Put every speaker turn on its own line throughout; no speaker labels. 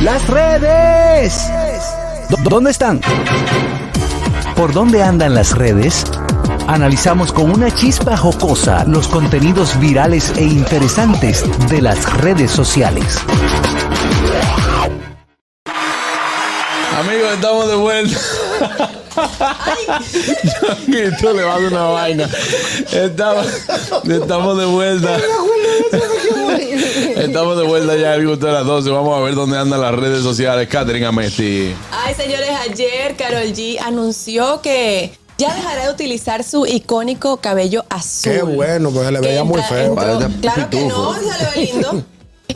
Las redes. ¿Dó- ¿Dónde están? ¿Por dónde andan las redes? Analizamos con una chispa jocosa los contenidos virales e interesantes de las redes sociales.
Amigos, estamos de vuelta. Ñonguito le va a dar una vaina. Estamos, estamos de vuelta. Estamos de vuelta ya el gusto de las 12. Vamos a ver dónde andan las redes sociales. Catherine Amesti.
Ay, señores, ayer Carol G anunció que ya dejará de utilizar su icónico cabello azul.
Qué bueno, pues se le
Que
veía muy
entra-
feo.
entró-
Parece
claro que
pitufo.
no, se le ve lindo.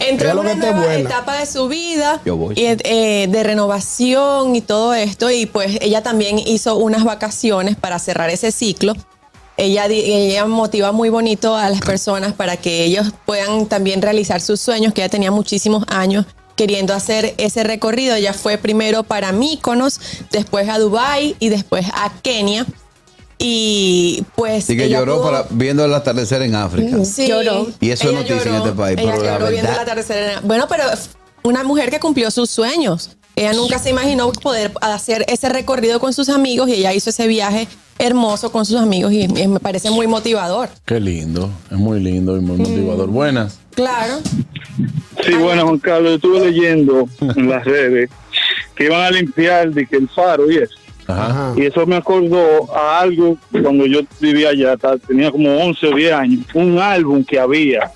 Entró
Mira
en
lo
una
que está
nueva
buena.
etapa de su vida
Yo voy.
y, eh, de renovación y todo esto. Y pues ella también hizo unas vacaciones para cerrar ese ciclo. Ella, di- ella motiva muy bonito a las personas para que ellos puedan también realizar sus sueños, que ella tenía muchísimos años queriendo hacer ese recorrido. Ella fue primero para Míconos, después a Dubái y después a Kenia. Y pues...
Así que
ella
lloró
pudo-
para, viendo el atardecer en África.
Sí.
Lloró.
Y eso es
Ella
noticia en este país,
Ella
pero la
lloró viendo
verdad-
el atardecer en- Bueno, pero f- una mujer que cumplió sus sueños. Ella nunca se imaginó poder hacer ese recorrido con sus amigos y ella hizo ese viaje hermoso con sus amigos y, y me parece muy motivador.
Qué lindo. Es muy lindo y muy motivador. Buenas.
Claro.
Sí, bueno, Juan Carlos, yo estuve leyendo en las redes que iban a limpiar de que el faro y eso.
Ajá.
Ah.
Ajá.
Y eso me acordó a algo cuando yo vivía allá, ta- tenía como 11 o 10 años, un álbum que había,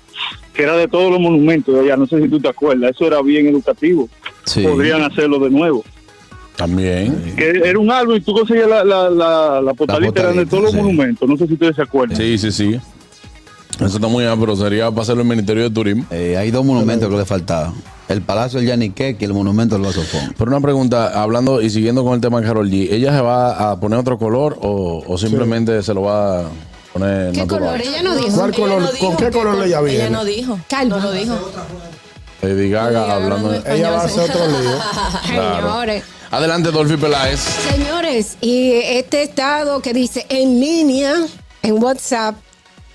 que era de todos los monumentos de allá, no sé si tú te acuerdas, eso era bien educativo,
Sí.
podrían hacerlo de nuevo.
También.
Que era un álbum y tú conseguías la, la, la, la portalita, eran de
portalita,
todos
sí.
los monumentos, no sé si ustedes se acuerdan.
Sí, sí, sí. Eso está muy bien, pero sería para hacerlo en el Ministerio de Turismo.
Eh, hay dos monumentos que le faltaban. El Palacio del Yaniqueque y el Monumento del Vasofón.
Pero una pregunta, hablando y siguiendo con el tema de Carol G, ¿ella se va a poner otro color o, o simplemente se lo va a poner
¿Qué
natural?
color? Ella no dijo.
¿Cuál
Ella
color-
no dijo
¿Con qué color ella viene?
Ella no dijo.
Calma.
No lo dijo.
Lady Gaga hablando de...
Ella va a hacer otro lío.
Claro.
Señores.
Adelante, Dolphy Peláez.
Señores, y este estado que dice en línea, en WhatsApp,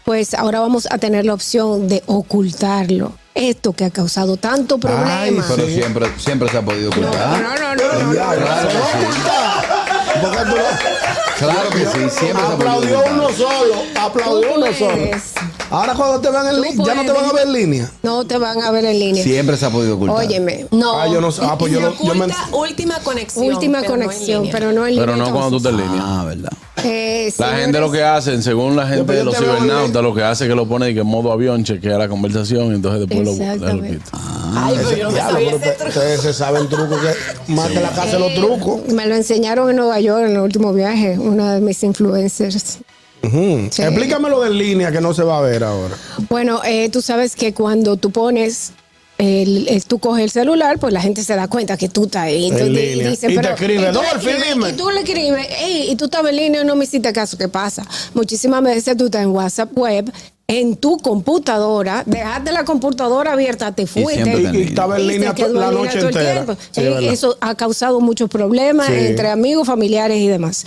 pues ahora vamos a tener la opción de ocultarlo. Esto que ha causado tanto problema.
Ay,
Pero siempre, siempre se ha podido ocultar.
no, no, no, no, no.
Diablo,
Claro
se va a
que sí.
ocultar. Porque tú lo-
Claro que sí, siempre se ha podido
Aplaudió
ocultar.
uno solo, aplaudió
Tú
uno solo.
puedes.
Ahora cuando te van en
Tú
línea, ya no te
puedes.
van a ver en línea.
No te van a ver en línea.
Siempre se ha podido ocultar.
Óyeme.
No.
Ah, yo no sé. Ah, pues yo
Se
lo- yo me-
oculta última conexión.
Última
pero no en
conexión,
línea.
pero no en línea.
Pero no cuando tú te líneas.
Ah, verdad.
Eh,
La gente lo que hacen, según la gente
Después
de
yo
los
te veo en
cibernautas, lo que hace es que lo pone de que en modo avión, chequea la conversación y entonces después lo- lo,
Exactamente.
repite.
Ay, pero yo no me
Diablo,
sabía
pero
ese
te-
truco.
ustedes se saben trucos que más que la casa de los trucos.
Me lo enseñaron en Nueva York en el último viaje, una de mis influencers.
Ujú.
Sí.
Explícame lo de en línea que no se va a ver ahora.
Bueno, eh, tú sabes que cuando tú pones, el, el- tú coges el celular, pues la gente se da cuenta que tú estás ahí. Entonces,
En
di-
línea.
dicen,
Y te
pero-
escribe,
y tú le
"Dolphy,
escribes,
dime".
Y tú le escribes, "Ey, y tú estabas en línea y no me hiciste caso. ¿Qué pasa? Muchísimas veces tú estás en WhatsApp web, en tu computadora, dejaste la computadora abierta, te fuiste.
siempre
Y,
En
y
línea.
estaba en
Y se
línea
quedó
to-
en
la
línea
noche
todo el
entera.
tiempo.
Sí,
Eh,
es verdad.
eso ha causado muchos problemas
Sí.
entre amigos, familiares y demás.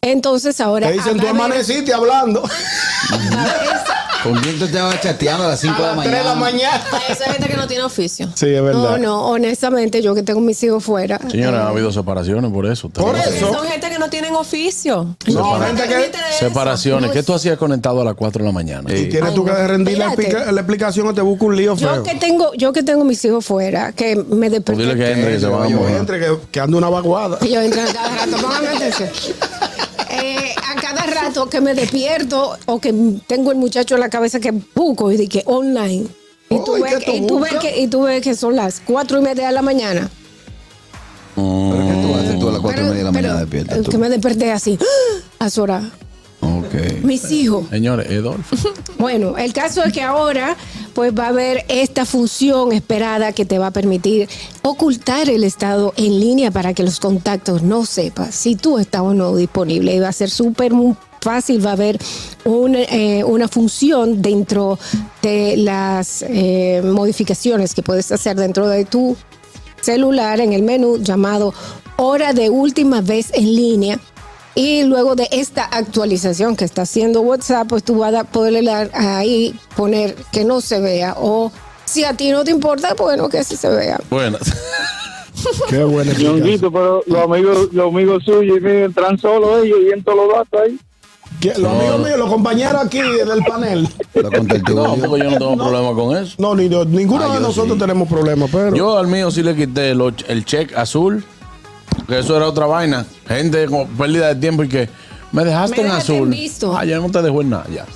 Entonces ahora...
Te dicen, tú
habrá-
amaneciste hablando
¿Con quién tú te vas chateando a las 5
a
de la
las 3 de la
mañana?
mañana.
Ay, Esa gente que no tiene oficio.
Sí, es
No,
verdad.
no, honestamente, yo que tengo mis hijos fuera. Eh,
Señora, ha habido separaciones por eso.
Por eso.
Son gente que no tienen oficio.
No, gente que-
Olvídate de eso.
Separaciones. ¿Qué tú hacías conectado a las 4 de la mañana?
Y tienes tú que rendir la,
Espérate.
explica- la explicación o te busca un lío
Yo
feo.
que tengo, yo que tengo mis hijos fuera, que me
Pues dile
desperté.
que entre que se van a
Oye,
mover.
entre que, que anda una vaguada.
Y yo entro a cada rato, póngame atención. Eh, a cada rato que me despierto o que tengo el muchacho en la cabeza que busco y de que online. Y tú,
Ay,
ves,
Oh, ¿qué tú
y tú ves
buscas?
que, y tú ves que son las cuatro y media de la mañana.
¿Pero qué tú haces tú a las 4 y media de la mañana despierta
eh, que
tú?
me desperté así, ¡ah! a su hora.
Ok.
Mis hijos.
Señores, Edolfo.
Bueno, el caso es que ahora pues va a haber esta función esperada que te va a permitir ocultar el estado en línea para que los contactos no sepan si tú estás o no disponible. Y va a ser súper mu- fácil, va a haber un, eh, una función dentro de las eh, modificaciones que puedes hacer dentro de tu celular en el menú llamado hora de última vez en línea. Y luego de esta actualización que está haciendo WhatsApp, pues tú vas a poder dar ahí poner que no se vea o si a ti no te importa, bueno, que sí se vea.
Buenas.
Qué buena explicación.
Ñonguito, pero los amigos, los amigos suyos, miren, entran solo ellos y en todos los datos ahí.
¿Qué? Los amigos míos, los compañeros aquí del panel.
Lo conté el tuyo.
No, porque yo no tengo problema con eso.
No, ni, ninguno
Ah,
de
yo
nosotros
sí.
tenemos problemas, pero.
Yo al mío sí le quité lo- el check azul, que eso era otra vaina. Gente con pérdida de tiempo y que me dejaste
Me
en
dejaste en
azul.
visto.
Ah, ya no te dejó en nada, ya.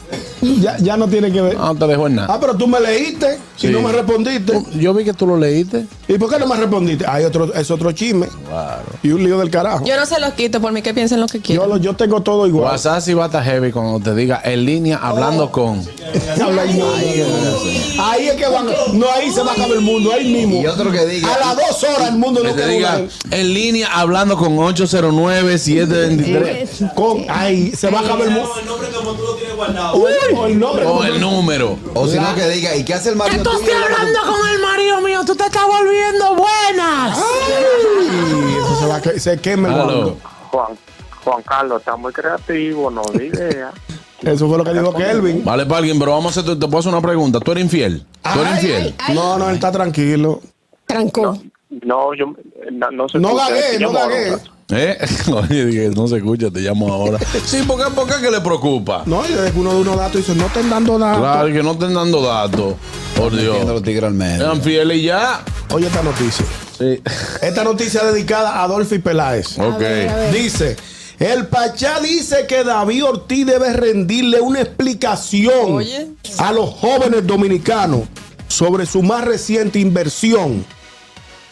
ya, ya no tiene que ver.
Ah, no te dejó en nada.
Ah, pero tú me leíste
Sí. Uh.
y no me respondiste.
Yo vi que tú lo leíste.
¿Y por qué no me respondiste? Hay otro, es otro chisme
Claro.
y un lío del carajo.
Yo no se los quito, por mí que piensen lo que
Yo,
quieran.
lo, yo tengo todo igual.
WhatsApp sí va a estar heavy cuando te diga en línea hablando con.
Habla ahí, no. Ahí es que van. No, ahí se va a acabar el mundo, ahí mismo.
Y otro que diga-
A las dos horas el mundo
Que
no
te
queda
diga
una-
en línea hablando con 809-723.
Con, ahí se va a acabar el mundo.
el nombre como tú lo tienes guardado.
Uy, o el nombre.
O el número.
O si no, que diga, ¿y qué hace el marido tuyo?
con el marido mío, tú te estás volviendo buenas.
Ah.
Ay, eso se, va a que- se quema el
Aló.
mundo.
Juan, Juan Carlos está muy creativo, no idea.
Eso fue lo que dijo Kelvin.
Vale, para alguien, pero vamos a hacer, te puedo hacer una pregunta. ¿Tú eres infiel? ¿Tú eres infiel?
No, no, él está tranquilo.
Trancó.
No, yo no, no sé.
No
qué ustedes
gagué, no
llamaron.
gagué.
¿Eh? Oye, dije, no se escucha, te llamo ahora. Sí, ¿por qué, por qué que le preocupa?
No, y desde que uno de unos datos dice, no estén dando datos.
Claro, que no estén dando datos. Por
Metiendo
Dios.
los tigres al medio.
Sean fieles y ya.
Oye esta noticia.
Sí.
Esta noticia es dedicada a Adolfi Peláez.
A ver, a
Ok.
ver.
Dice, el Pachá dice que David Ortiz debe rendirle una explicación
Oye.
a los jóvenes dominicanos sobre su más reciente inversión,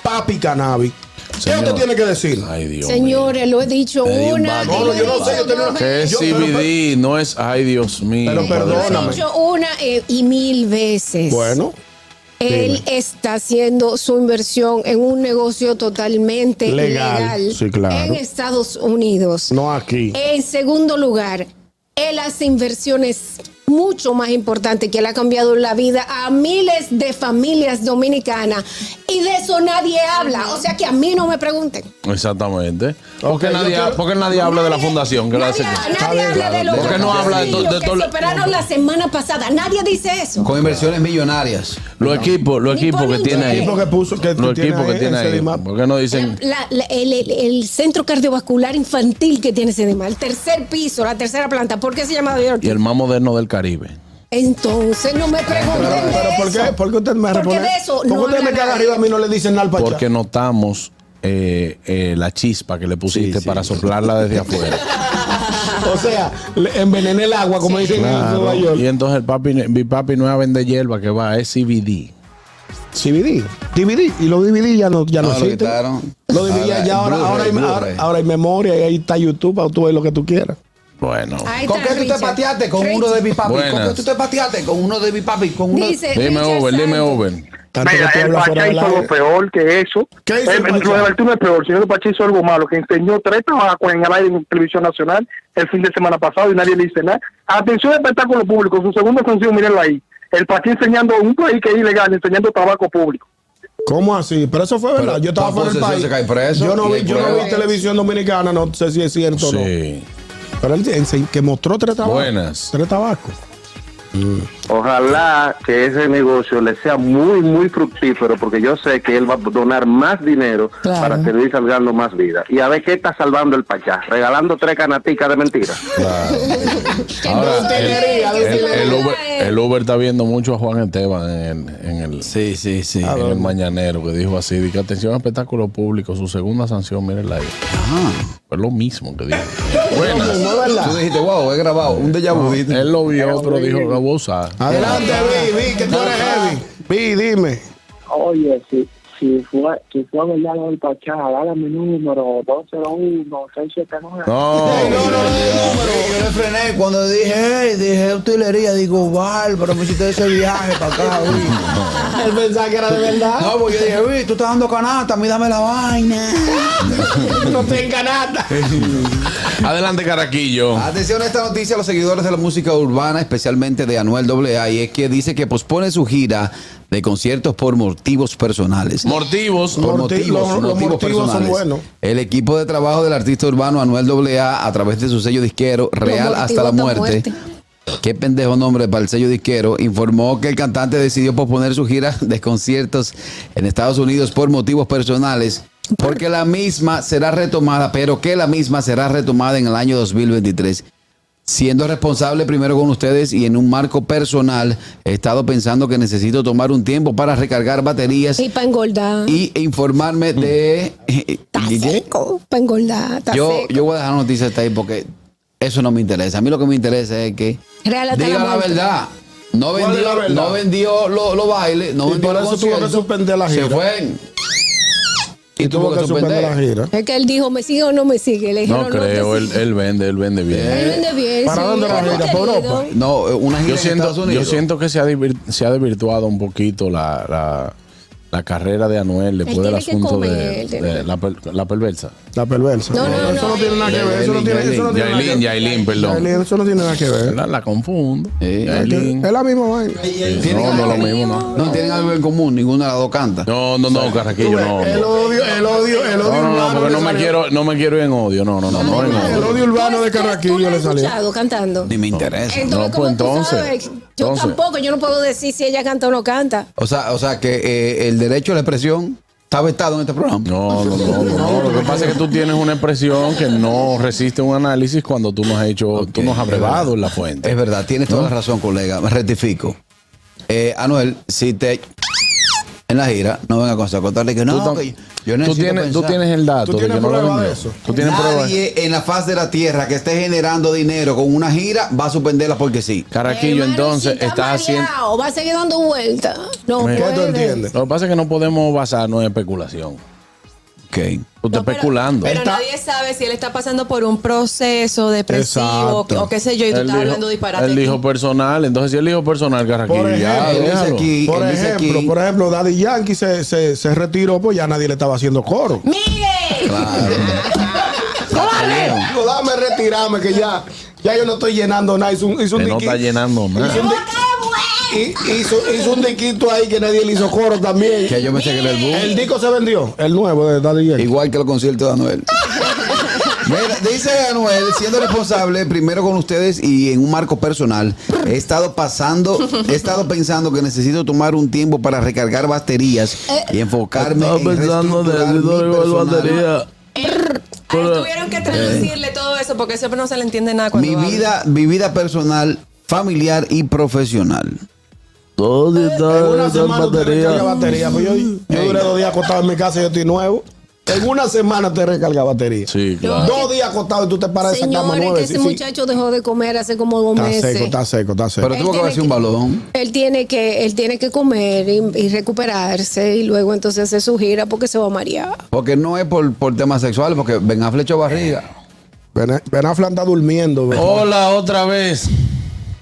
Papi Cannabis. ¿Qué
Señor.
usted tiene que decir?
Ay, Dios.
Señores, lo he dicho
Me dio un
una.
vago.
y
No, no, yo no sé, yo tenía una-
Que es
Yo- pero-
CBD, no es. Ay, Dios mío.
Pero
Padre
Lo he
perdóname.
dicho una eh, y mil veces.
Bueno,
Él
dime.
está haciendo su inversión en un negocio totalmente
Legal,
legal,
sí, claro.
en Estados Unidos.
no aquí.
En segundo lugar, él hace inversiones mucho más importantes que él ha cambiado la vida a miles de familias dominicanas y de eso nadie habla. O sea que a mí no me pregunten.
Exactamente. Porque
Ok, yo
nadie,
quiero-
porque nadie habla de la fundación que la
Nadie,
hace.
nadie
Está bien,
habla de
claro.
los
¿Por qué no habla de to-
patrocinios
de
que
todo lo-
se operaron la semana pasada. Nadie dice eso.
Con inversiones millonarias.
Los equipos, los
Ni
equipos que
ponen
tiene
un
ahí.
equipo que puso- que- que
Los
tiene
equipos
ahí
que
en
tiene ahí.
Sedimap.
¿Por qué no dicen?
La- la- el, el- el centro cardiovascular infantil que tiene Sedema, el tercer piso, la tercera planta, ¿por qué se llama David
Y
Ortiz?
el más moderno del Caribe.
Entonces no me pregunten
Pero,
de
pero ¿por,
eso.
qué, ¿por qué usted me
Porque
responde?
de eso
¿Por qué
no
usted
habla
me caga
nadie.
arriba a mí y no le dicen nada al Pachá?
Porque notamos eh, eh, la chispa que le pusiste
sí.
para soplarla desde afuera.
O sea, le envenené el agua, como dicen en Nueva York.
Y entonces el papi, mi papi no es a vender hierba que va, es CBD.
CBD. DVD. Y los DVD ya no, ya no,
No, lo
existen.
quitaron.
Los DVD ya,
Ahora,
ya ahora,
Blu-ray,
ahora, hay,
Blu-ray.
ahora, ahora hay memoria y ahí está YouTube, para tú ves lo que tú quieras.
Bueno.
Ahí
¿Con
está
qué tú te
Richard.
pateaste? Con uno de mi papi. ¿Con qué
Buenas.
tú te pateaste? Con uno de mi papi. Con uno de-
Dice
dime
Richard
over, dime
Santos.
over.
Tanto que tú
Mira, el
hablas fuera
Pachá
del
hizo lo
aire.
peor que eso.
¿Qué hizo
Eh,
el Pachá?
Lo de Baltimore es peor, sino que Pachá hizo algo malo, que enseñó tres trabajos en el aire en Televisión Nacional el fin de semana pasado y nadie le dice nada. Atención al espectáculo público, su segunda función, mírenlo ahí. El Pachá enseñando un país que es ilegal, enseñando tabaco público.
¿Cómo así? Pero eso fue verdad.
Pero
Yo estaba
por
fuera del país.
posesión se cae preso
yo no
y
vi,
hay
yo no vi
pruebas.
televisión dominicana, no sé si es cierto o no.
Sí.
Pero él dice que mostró tres tabacos.
Buenas.
Tres tabacos.
Ojalá que ese negocio le sea muy, muy fructífero, porque yo sé que él va a donar más dinero
Claro.
para seguir salvando más vidas. Y a ver qué está salvando el Pachá, regalando tres canaticas de mentira.
Que
Ahora,
no se
el-
ve,
El,
que se lo
el
vea
Uber,
él.
el Uber está viendo mucho a Juan Esteban en, el- en el,
Sí, sí, sí.
en el mañanero que dijo así, dice, atención al espectáculo público, su segunda sanción, mírenla ahí. Fue lo mismo que dijo. Buenas.
No es
Tú
verdad.
dijiste, wow, he grabado un déjà vu. ¿viste?
Él lo vio, pero dijo, lo voy a usar.
Adelante, Vi, Vi, que tú eres heavy. Vi, dime.
Oye, si, si, fue, si fue verdad lo del Pachá, dale mi número, 201-679.
Oh,
No,
Yo le frené cuando dije, hey, dije utilería, digo, Val, pero me hiciste ese viaje para acá, uy.
Él pensaba que era de verdad.
No, pues yo dije, uy, tú estás dando canasta, a mí dame la vaina.
No tenga nada.
adelante Caraquillo.
Atención a esta noticia a los seguidores de la música urbana, especialmente de Anuel AA, y es que dice que pospone su gira de conciertos por motivos personales.
Mortivos.
por
Morti-
motivos,
los- los
motivos
motivos son
personales.
buenos.
El equipo de trabajo del artista urbano Anuel AA a través de su sello disquero Real hasta
motivos
la
de
muerte,
muerte.
Qué pendejo nombre para el sello disquero. Informó que el cantante decidió posponer su gira de conciertos en Estados Unidos por motivos personales. Porque la misma será retomada, pero que la misma será retomada en el año 2023. Siendo responsable primero con ustedes y en un marco personal, he estado pensando que necesito tomar un tiempo para recargar baterías
Y para engordar.
y informarme de... DJ,
Para engordar. está
Yo,
seco.
yo voy a dejar noticias hasta ahí porque eso no me interesa. A mí lo que me interesa es que...
Real hasta
Diga la
muerte.
verdad. No
¿Cuál es la
vendió,
verdad?
no vendió los los bailes, no
Y
vendió
por
los
eso tuvo que
conciertos.
suspender la
Se
gira.
fue.
Y tuvo que suspender la gira.
Es que él dijo, ¿me sigue o no me sigue? Le dijeron, Eh,
No creo,
te
él,
sigue".
él vende, él vende bien.
Él vende bien,
¿Para
sí,
dónde la
él es
gira? ¿Para
querido.
Europa?
No, eh, una
Yo
gira en
siento,
Estados
yo
Unidos.
siento que se ha, divir- se ha desvirtuado un poquito la, la, la carrera de Anuel después del
tiene que
asunto
comer,
de,
él tiene
de
que-
la, per- la perversa.
La perversa.
No, no,
Eso
no.
no tiene nada que ver. Eso no tiene eso no tiene nada que
Yailin,
ver.
Yailin, perdón.
Yailin, Eso no tiene nada que ver.
La, la confundo.
Sí.
Yailin.
Es la misma vaina.
Sí, No, no lo mismo, no.
No tienen algo en común, ninguna de las dos canta.
No, no, no, Carraquillo, no.
El
No,
odio, el odio, el odio
no, no,
urbano.
porque
le
no me
salió.
quiero, no me quiero ir en odio. No, no, no, no en
El
odio.
odio urbano de
¿Tú has- Pues, tú
Carraquillo
la
le
has
salió.
escuchado cantando?
Ni me interesa.
Entonces,
No,
¿cómo
pues,
tú
entonces,
sabes? Yo
entonces.
tampoco, yo no puedo decir si ella canta o no canta.
O sea, o sea que eh, el derecho a la expresión está vetado en este programa.
No, no, no, no, no. Lo que pasa es que tú tienes una expresión que no resiste un análisis cuando tú no has hecho, tú no has abrevado en la fuente.
Es verdad, tienes toda la razón, colega. Me rectifico. Eh, Anuel, si te en la gira, no venga con eso, a contarle que no,
tam-
que yo, yo
tú
necesito
tienes, tú
pensar.
tienes el dato.
¿Tú tienes
de que no lo
prueba de
vendió.
eso?
Tú tienes prueba.
Nadie en la faz de la tierra que esté generando dinero con una gira va a suspenderla porque sí.
Caraquillo,
Hermano,
entonces
si está
estás haciendo.
mareado, Va a seguir dando vueltas. No,
Mira.
¿Qué tú
puede.
entiendes?
Lo que pasa es que no podemos basarnos en especulación.
Ok.
Tú estás
No, pero-
especulando.
Pero
Está-
nadie sabe si él está pasando por un proceso depresivo
Exacto.
o qué sé yo, y tú
Él
estás
dijo-
hablando disparate.
él
aquí.
dijo personal, entonces si él dijo personal, Carraquillo,
Por
ya,
ejemplo,
él dice
déjalo.
aquí-
Por
él dice
ejemplo,
aquí-
por ejemplo, Daddy Yankee se, se, se retiró, pues ya nadie le estaba haciendo coro.
¡Miguel!
Claro.
Digo, dame retirarme, que ya, ya yo no estoy llenando nada. Hizo un, hizo un
Que no
diqui-
está llenando nada.
hizo un di- hi- hizo, hizo un diquito ahí que nadie le hizo coro también.
que yo me que era el boom.
El disco se vendió, el nuevo de Daddy Yankee.
Igual que los conciertos de Anuel. Mira, dice Anuel, siendo responsable primero con ustedes y en un marco personal, he estado pasando, he estado pensando que necesito tomar un tiempo para recargar baterías y enfocarme en reestructurar mi personal,
A él tuvieron
Eh.
que traducirle todo eso porque siempre no se le entiende nada cuando
mi
habla.
vida, mi vida personal, familiar y profesional.
Todo
En una semana usted recarga batería. Pues yo, yo
Ey.
duré dos días acostado en mi casa y yo estoy nuevo. En una semana te recarga batería.
Sí, claro.
Dos días acostado y tú te paras de esa cama
Señores,
nueve.
que ese
sí, sí.
muchacho dejó de comer hace como dos
Está
meses.
seco, está seco, está seco.
Pero tuvo que
tiene
haber sido un
que-
balón.
Él tiene que, él tiene que comer y, y recuperarse y luego entonces hacer su gira porque se va a marear.
Porque no es por, por temas sexuales, porque Ben Affleck echó barriga.
Ben, Ben Affleck anda durmiendo. bro.
Hola, otra vez.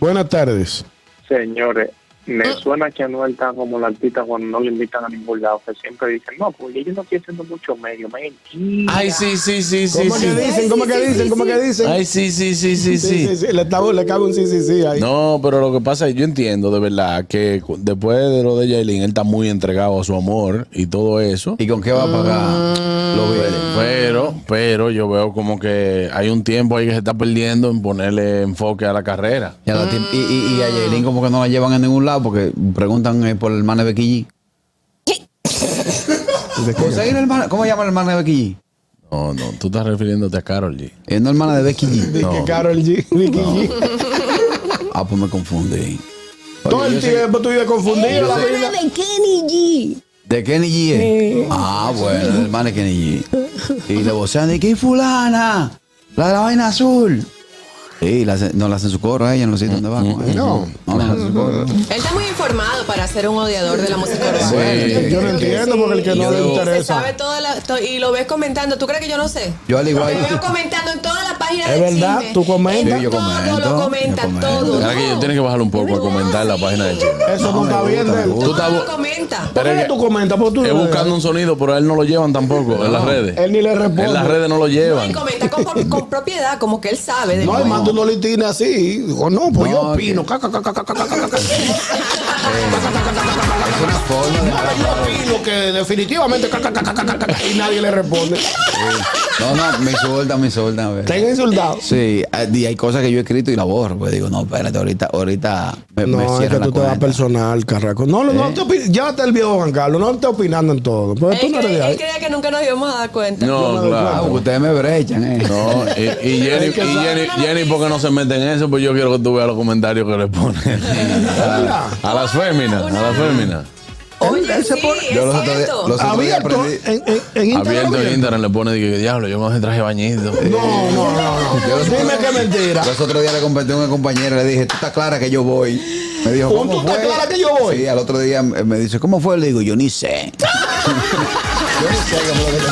Buenas tardes.
Señores, me suena que Anuel está como la artista cuando no le invitan a ningún lado, que siempre dicen, no, pues ellos no estoy haciendo mucho medio, mentira.
Ay, sí, sí, sí, sí,
¿Cómo que
sí.
dicen? ¿Cómo que dicen? ¿Cómo que dicen?
Ay, sí, sí, sí, sí, sí.
Le, está- le cabe un sí, sí, sí ahí.
No, pero lo que pasa es, yo entiendo de verdad que cu- después de lo de Jailin, él está muy entregado a su amor y todo eso.
¿Y con qué va a pagar los billetes?
Pero, pero yo veo como que hay un tiempo ahí que se está perdiendo en ponerle enfoque a la carrera.
Y a, la tip- y, y- y a Yailin como que no la llevan a ningún lado porque preguntan eh, por el hermano de Becky
¿De
G. ¿Conseguir el hermano? ¿Cómo llama el hermano de Becky G?
No, no, tú estás refiriéndote a Carol G.
Es no hermana de Becky G.
Que Carol G. Nicki G.
Ah, pues me confundí.
Todo el tiempo estuve confundido. La vida.
de Kenny G.
¿De Kenny G es? Ah, bueno, el hermano de Kenny G. Y le vocean de que fulana, la de la vaina azul. Sí, la hacen- no la hacen su corro a ella, no sé dónde va. con ella.
No.
No la hacen su corro.
Él está muy informado para ser un odiador de la música urbana.
Sí.
Yo no entiendo porque el que no
Yo
le
debo-
Se
interesa.
sabe toda la, to- y lo ves comentando. ¿Tú crees que yo no sé?
Yo al igual-
Te veo comentando en todas las páginas
Es
de
verdad,
chisme.
tú comentas.
Sí, yo
Todo
comento,
lo
yo
comenta,
comento.
todo.
Ahora que yo tienes que bajar un poco a comentar la página de Chile.
Eso
No,
no
me
está bien
gusta,
de
me
él.
gusta.
Tú estás
Todo
bu-
lo comenta.
¿Por qué tú comentas? Porque tú
es
no le
buscando un sonido, pero a él no lo llevan tampoco. En las redes.
Él ni le responde.
En las redes no lo
No, y
llevan.
comenta con, por- con propiedad, como que él sabe. De
No,
todo.
además tú no le tienes así. Digo, no, pues yo
No,
opino. Ca, ca, ca, ca, ca, ca, ca, ca, ca.
Es una forma de...
Yo opino que definitivamente ca, ca, ca, ca, ca, ca, ca, y nadie le responde.
No, no, me insulta, me insulta. a ver.
¿Te han insultado?
Sí, ah, y hay cosas que yo he escrito y la borro. Pues digo, no, espérate, ahorita, ahorita me, me
No, es
cierran
que
la
tú te vas
cuenta. ¿Eh?
personal, carraco. No, no, no, te opi- llévate el viejo Juan Carlos, no te opinando en todo. Pero tú
Él,
no eres de
cre-
ahí.
él creía que nunca nos íbamos a dar cuenta.
No,
Ah,
claro.
porque ustedes me brechan, eh.
No, y, y Jenny, y Jenny, Jenny, ¿por qué no se mete en eso? Pues yo quiero que tú veas los comentarios que le ponen. A, a las féminas, a las féminas.
Oye,
él se
sí,
pone-
es
Yo los otros días-
cierto.
los-
Abierto eh, en, en, en Instagram.
Abierto en
abierto.
Instagram le pone, digo, diablo, yo me voy a traje bañito.
No, no, no, no. Dime qué mentira.
Los otros días le compartí a una compañera, le dije, tú estás clara que yo voy. Me dijo,
¿Un
¿cómo
tú estás
fue?"
clara que yo voy?
Sí, al otro día eh, me dice, ¿cómo fue? Le digo, yo ni sé. yo ni sé qué fue lo que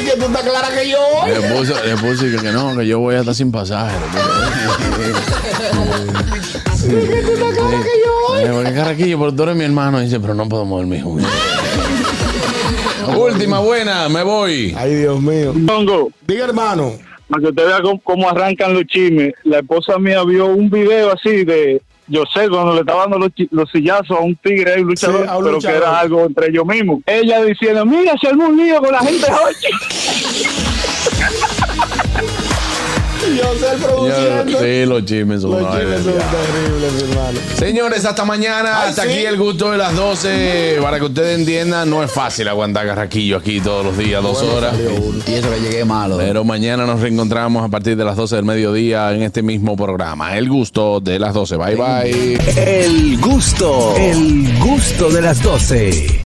te
Dime que tú estás clara que yo.
Le puse, le puse que, que no, que yo voy a estar sin pasaje.
Dime que tú estás clara que yo.
Eh, Porque Carraquillo, pero tú eres mi hermano. Y dice, pero no podemos dormir juntos. Última buena, me voy.
Ay, Dios mío.
Pongo,
Diga, hermano.
para que usted vea cómo, cómo arrancan los chismes, la esposa mía vio un video así de José cuando le estaba dando los, chi- los sillazos a un tigre, un luchador,
Sí, a un
pero
luchador.
que era algo entre ellos mismos. Ella diciendo, mira, se armó un lío con la gente hoy.
Yo sé el
Ya,
produciendo.
Sí, los chismes son una
Los
vaina del
chismes son
diablo.
terribles, hermano.
Señores, hasta mañana.
Ay,
hasta
sí.
aquí el gusto de las 12. Para que ustedes entiendan, no es fácil aguantar Carraquillo aquí todos los días, dos horas.
dije. Y eso que llegué malo.
Pero mañana nos reencontramos a partir de las 12 del mediodía en este mismo programa. El gusto de las 12. Bye, bye.
El gusto, el gusto de las 12.